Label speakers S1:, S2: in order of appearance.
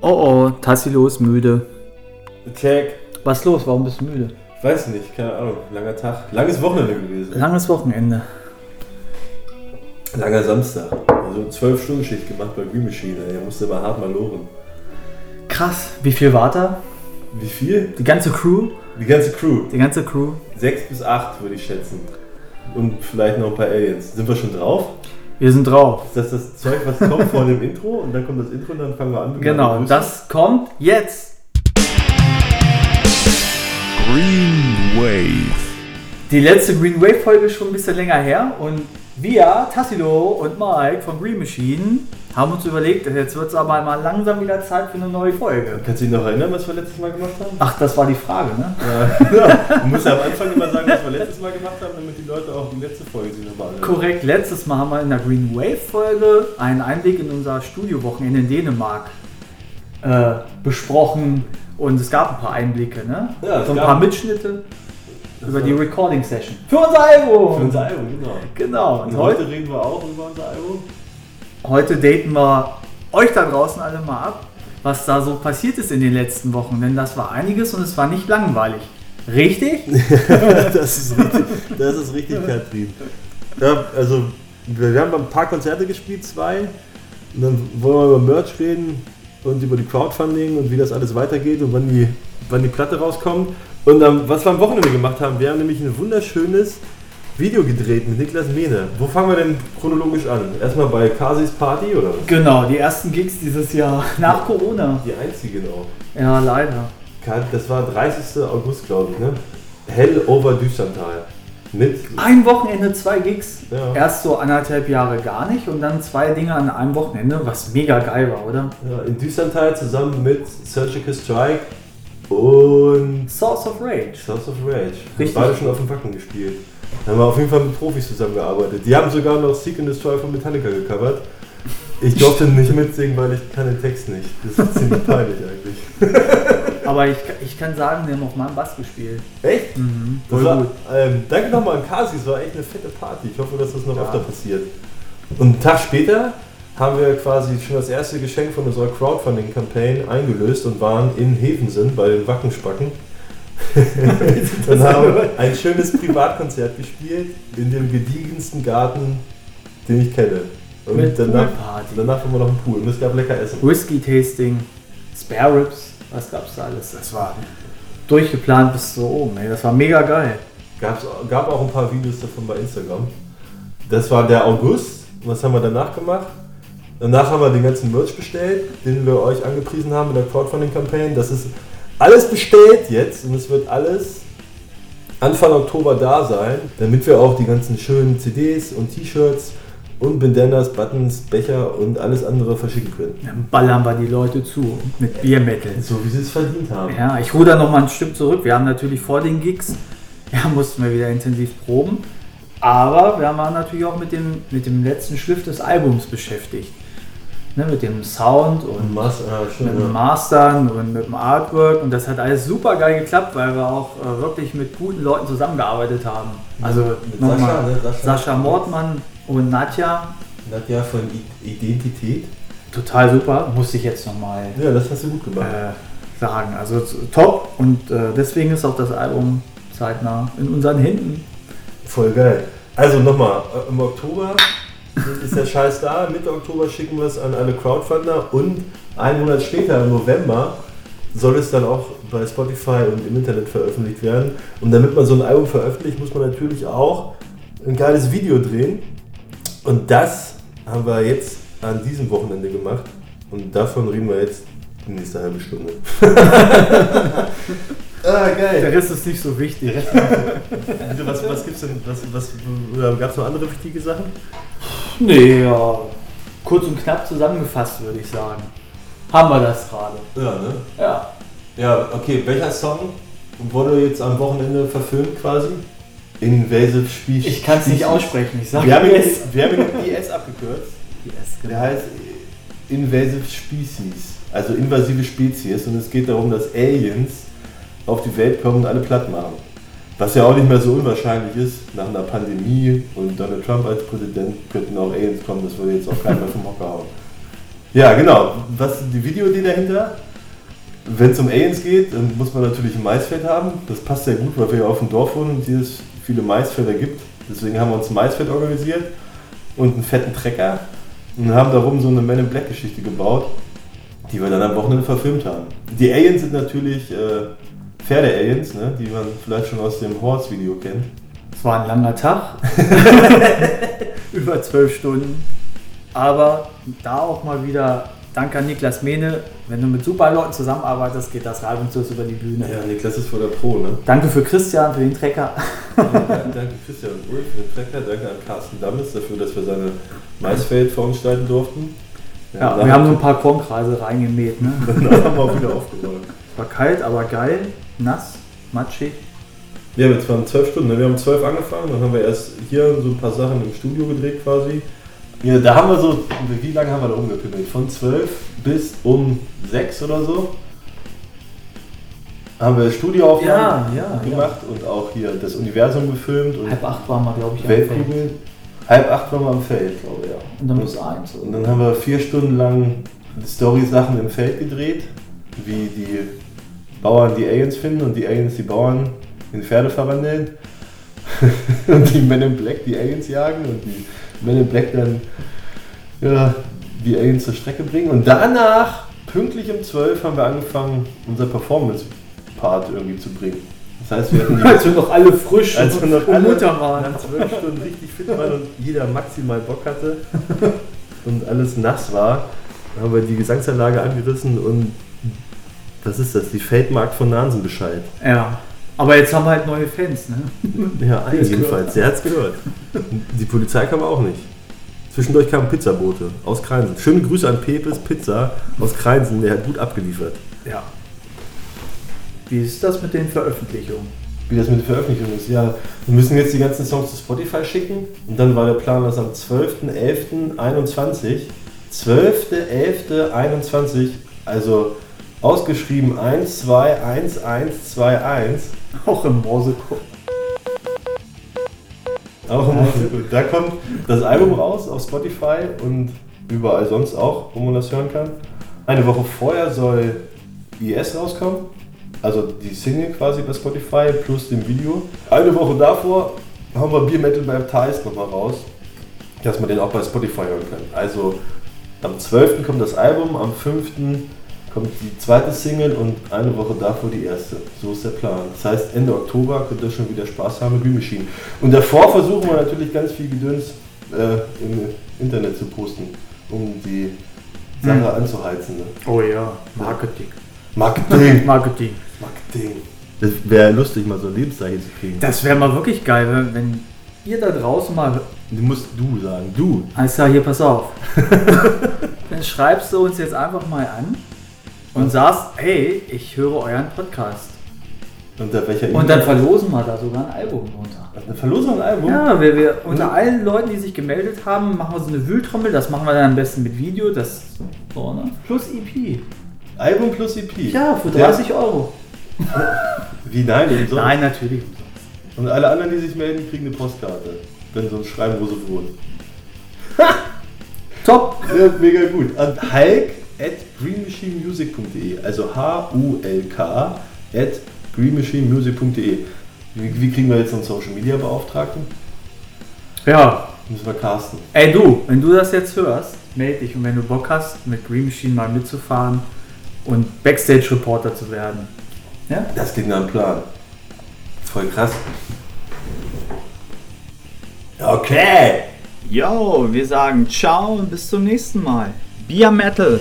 S1: Oh oh, Tassilos müde.
S2: Check.
S1: Was ist los? Warum bist du müde?
S2: Weiß nicht, keine Ahnung. Langer Tag. Langes Wochenende gewesen.
S1: Langes Wochenende.
S2: Langer Samstag. Also 12 Stunden Schicht gemacht bei Bühmaschine. Er musste immer hart mal loren.
S1: Krass. Wie viel war da?
S2: Wie viel?
S1: Die ganze Crew?
S2: Die ganze Crew.
S1: Die ganze Crew?
S2: Sechs bis acht würde ich schätzen. Und vielleicht noch ein paar Aliens. Sind wir schon drauf?
S1: Wir sind drauf.
S2: Ist das das Zeug, was kommt vor dem Intro? Und dann kommt das Intro und dann fangen wir an.
S1: Genau,
S2: Wir
S1: das kommt jetzt.
S3: Green Wave.
S1: Die letzte Green Wave Folge ist schon ein bisschen länger her und wir, Tassilo und Mike von Green Machine, haben uns überlegt, jetzt wird es aber mal langsam wieder Zeit für eine neue Folge.
S2: müssen- Kannst du dich noch erinnern, was wir letztes Mal gemacht haben?
S1: Ach, das war die Frage, ne?
S2: Ja. Du musst ja am Anfang immer sagen, was wir letztes Mal gemacht haben, damit die Leute auch die letzte Folge sich nochmal anhören.
S1: Korrekt, letztes Mal haben wir in der Green Wave Folge einen Einblick in unser Studiowochenende in Dänemark äh, besprochen und es gab ein paar Einblicke, ne?
S2: Ja, es
S1: so ein
S2: gab-
S1: paar Mitschnitte über
S2: war-
S1: die Recording Session. Für unser Album!
S2: Für unser Album, genau.
S1: Genau, und
S2: Und
S1: heute,
S2: heute reden wir auch über unser Album.
S1: heute daten wir euch da draußen alle mal ab, was da so passiert ist in den letzten Wochen, denn das war einiges und es war nicht langweilig. Richtig?
S2: Das ist richtig, das ist richtig Katrin. Ja, also, wir, wir haben ein paar Konzerte gespielt, zwei. Und dann wollen wir über Merch reden und über die Crowdfunding und wie das alles weitergeht und wann die, wann die Platte rauskommt. Und dann, was wir am Wochenende gemacht haben, wir haben nämlich ein wunderschönes Video gedreht mit Niklas Mehne. Wo fangen wir denn chronologisch an? Erstmal bei Kasis Party oder was?
S1: Genau, die ersten Gigs dieses Jahr nach Corona.
S2: Die einzige noch.
S1: Ja, leider.
S2: Karl, Das war 30. August, glaube ich, ne? Hell over Düsseldorf. Mit.
S1: Ein Wochenende zwei Gigs.
S2: Ja.
S1: Erst so anderthalb Jahre gar nicht und dann zwei Dinge an einem Wochenende, was mega geil war, oder?
S2: Ja, in Düsseldorf zusammen mit Surgical Strike und
S1: Source of Rage.
S2: Sons of Rage.
S1: Richtig.
S2: Haben beide schon auf dem Wacken gespielt. Da haben wir auf jeden Fall mit Profis zusammengearbeitet. Die haben sogar noch Seek and Destroy von Metallica gecovert. Ich durfte nicht mitsingen, weil ich kann den Text nicht. Das ist ziemlich peinlich eigentlich.
S1: Aber ich, ich kann sagen, die haben auf meinem Bass gespielt.
S2: Echt?
S1: Mhm.
S2: Das
S1: Voll
S2: war,
S1: gut.
S2: ähm, danke nochmal an Kasi, es war echt eine fette Party. Ich hoffe, dass das noch
S1: Ja.
S2: öfter passiert. Und einen Tag später haben wir quasi schon das erste Geschenk von unserer Crowdfunding-Campaign eingelöst und waren in Hevensen bei den Wackenspacken. und haben ein schönes Privatkonzert gespielt in dem gediegensten Garten, den ich kenne. Und
S1: Mit
S2: danach,
S1: Poolparty.
S2: danach waren wir noch im Pool und es gab lecker Essen.
S1: Whisky Tasting, Spare Ribs, was gab's da alles? Das war durchgeplant bis so oben, ey. Das war mega geil.
S2: Gab's, gab auch ein paar Videos davon bei Instagram. Das war der August. Was haben wir danach gemacht? Danach haben wir den ganzen Merch bestellt, den wir euch angepriesen haben in der Crowdfunding-Campaign. Das ist alles bestellt jetzt und es wird alles Anfang Oktober da sein, damit wir auch die ganzen schönen CDs und T-Shirts und Bandanas, Buttons, Becher und alles andere verschicken können.
S1: Dann ballern wir die Leute zu mit Biermittel.
S2: So wie sie es verdient haben.
S1: Ja, ich ruder noch mal ein Stück zurück. Wir haben natürlich vor den Gigs, ja, mussten wir wieder intensiv proben. Aber wir waren natürlich auch mit dem, mit dem letzten Schliff des Albums beschäftigt. Ne, mit dem Sound und
S2: Und Mas ah, schön,
S1: mit dem
S2: ja.
S1: Mastern und mit dem Artwork. Und das hat alles super geil geklappt, weil wir auch äh, wirklich mit guten Leuten zusammengearbeitet haben. Also
S2: Mhm. Mit
S1: nochmal
S2: Sascha, ne? Sascha.
S1: Sascha, Mordmann und Nadja.
S2: Nadja von I- Identität.
S1: Total super, muss ich jetzt nochmal
S2: Ja, das hast du gut gemacht.
S1: äh, sagen. Also z- top und äh, deswegen ist auch das Album zeitnah in unseren Händen.
S2: Voll geil. Also nochmal, äh, im Oktober ist der Scheiß da. Mitte Oktober schicken wir es an alle Crowdfunder und einen Monat später, im November, soll es dann auch bei Spotify und im Internet veröffentlicht werden. Und damit man so ein Album veröffentlicht, muss man natürlich auch ein geiles Video drehen. Und das haben wir jetzt an diesem Wochenende gemacht. Und davon reden wir jetzt die nächste halbe Stunde. ah, geil.
S1: Der Rest ist nicht so wichtig.
S2: Also Was, was gibt's denn? Was, was, oder gab's noch andere wichtige Sachen?
S1: nee, ja. Kurz und knapp zusammengefasst würde ich sagen. Haben wir das gerade.
S2: Ja, ne?
S1: Ja.
S2: Ja, okay. Welcher Song wurde jetzt am Wochenende verfilmt quasi? Invasive Species.
S1: Ich kann es nicht aussprechen, ich sage
S2: Wir haben ihn wir haben ihn in IS abgekürzt.
S1: genau.
S2: Der heißt Invasive Species, also invasive Spezies. Und es geht darum, dass Aliens auf die Welt kommen und alle platt machen. Was ja auch nicht mehr so unwahrscheinlich ist, nach einer Pandemie und Donald Trump als Präsident könnten auch Aliens kommen, das würde jetzt auch keiner mehr vom Hocker hauen. Ja, genau. Was ist die Videoidee dahinter? Wenn es um Aliens geht, dann muss man natürlich ein Maisfeld haben. Das passt sehr gut, weil wir ja auf dem Dorf wohnen und hier es viele Maisfelder gibt. Deswegen haben wir uns ein Maisfeld organisiert und einen fetten Trecker und haben darum so eine Men in Black Geschichte gebaut, die wir dann am Wochenende verfilmt haben. Die Aliens sind natürlich äh, Pferde-Aliens, ne? die man vielleicht schon aus dem Horse-Video kennt.
S1: Es war ein langer Tag. Über zwölf Stunden. Aber da auch mal wieder Danke an Niklas Mehne. Wenn du mit super Leuten zusammenarbeitest, geht das reibungslos über die Bühne.
S2: Ja, Niklas ist vor der Pro, ne?
S1: Danke für Christian, für den Trecker.
S2: Ja, danke Christian Ulrich für den Trecker, danke an Carsten Dammes dafür, dass wir seine Maisfeld verunstalten durften.
S1: Ja,
S2: dann
S1: wir haben so ein paar Kornkreise reingemäht. Ne?
S2: dann haben wir auch wieder aufgeräumt.
S1: War kalt, aber geil. Nass, matschig.
S2: Ja, jetzt waren zwölf Stunden, ne? wir haben um zwölf angefangen, dann haben wir erst hier so ein paar Sachen im Studio gedreht quasi. Ja, da haben wir so, wie lange haben wir da rumgepümmelt? Von zwölf bis um sechs oder so haben wir Studioaufnahmen
S1: Ja, ja,
S2: gemacht und auch hier das Universum gefilmt und
S1: Halb acht waren wir, glaube ich, am Feld.
S2: Weltkugel. Halb acht waren wir am Feld, glaube ich, ja.
S1: Und dann bis eins.
S2: Und dann haben wir vier Stunden lang Story-Sachen im Feld gedreht, wie die Bauern die Aliens finden und die Aliens die Bauern in Pferde verwandeln. und die Men in Black die Aliens jagen und die Men in Black dann ja, die Aliens zur Strecke bringen. Und danach, pünktlich um 12, haben wir angefangen, unser Performance-Part irgendwie zu bringen. Das heißt, wir hatten die
S1: Als wir noch alle frisch
S2: Als wir noch
S1: und
S2: alle-
S1: munter waren.
S2: nach zwölf Stunden richtig fit waren und jeder maximal Bock hatte und alles nass war, haben wir die Gesangsanlage angerissen und was ist das? Die Feldmarkt von Nansenbescheid.
S1: Ja. Aber jetzt haben wir halt neue Fans. Ne?
S2: Ja, einen
S1: hat's
S2: jedenfalls. Der hat's gehört. Die Polizei kam auch nicht. Zwischendurch kamen Pizzabote aus Kreinsen. Schöne Grüße an Pepes Pizza aus Kreinsen, der hat gut abgeliefert.
S1: Ja. Wie ist das mit den Veröffentlichungen?
S2: wie das mit der Veröffentlichung ist. Ja, wir müssen jetzt die ganzen Songs zu Spotify schicken. Und dann war der Plan, dass am 12.11.21, 12.11.21, also ausgeschrieben 1, 2, 1, 1, 2, 1,
S1: Auch im Morsecode.
S2: auch im da kommt das Album raus auf Spotify und überall sonst auch, wo man das hören kann. Eine Woche vorher soll IS rauskommen, also die Single quasi bei Spotify plus dem Video. Eine Woche davor haben wir Beer Metal bei Thais nochmal raus, dass man den auch bei Spotify hören kann. Also am 12. kommt das Album, am 5. kommt die zweite Single und eine Woche davor die erste. So ist der Plan. Das heißt, Ende Oktober könnt ihr schon wieder Spaß haben mit Remaschinen. Und davor versuchen wir natürlich ganz viel Gedöns äh, im Internet zu posten, um die Sache
S1: Mhm.
S2: anzuheizen. Ne?
S1: Oh ja, Marketing.
S2: Marketing!
S1: Marketing.
S2: Marketing! Das wäre lustig, mal so ein Lebenszeichen zu kriegen.
S1: Das wäre mal wirklich geil, wenn- wenn ihr da draußen mal.
S2: Du musst du sagen, du.
S1: Heißt ja, hier, pass auf. Dann schreibst du uns jetzt einfach mal an und sagst, hey, ich höre euren Podcast.
S2: Unter welcher
S1: Und dann verlosen wir da sogar ein Album runter.
S2: Eine Verlosung ein Album?
S1: Ja, wir, wir unter allen Leuten, die sich gemeldet haben, machen wir so eine Wühltrommel. Das machen wir dann am besten mit Video. Das so, ne? plus EP.
S2: Album plus EP.
S1: Ja, für
S2: Ja.
S1: 30 Euro.
S2: Wie nein, umsonst.
S1: Nein, natürlich.
S2: Und alle anderen, die sich melden, kriegen eine Postkarte. Wenn sie uns schreiben, wo sie wohnen.
S1: Top.
S2: Ja, mega gut. An Hulk at greenmachinemusic.de. Also H-U-L-K at greenmachinemusic.de. Wie, wie kriegen wir jetzt einen Social Media Beauftragten?
S1: Ja,
S2: Müssen wir casten.
S1: Ey du, wenn du das jetzt hörst, melde dich und wenn du Bock hast, mit Green Machine mal mitzufahren und Backstage-Reporter zu werden. Ja?
S2: Das klingt nach einem Plan. Voll krass. Okay.
S1: Yo, wir sagen ciao und bis zum nächsten Mal. Bier Metal.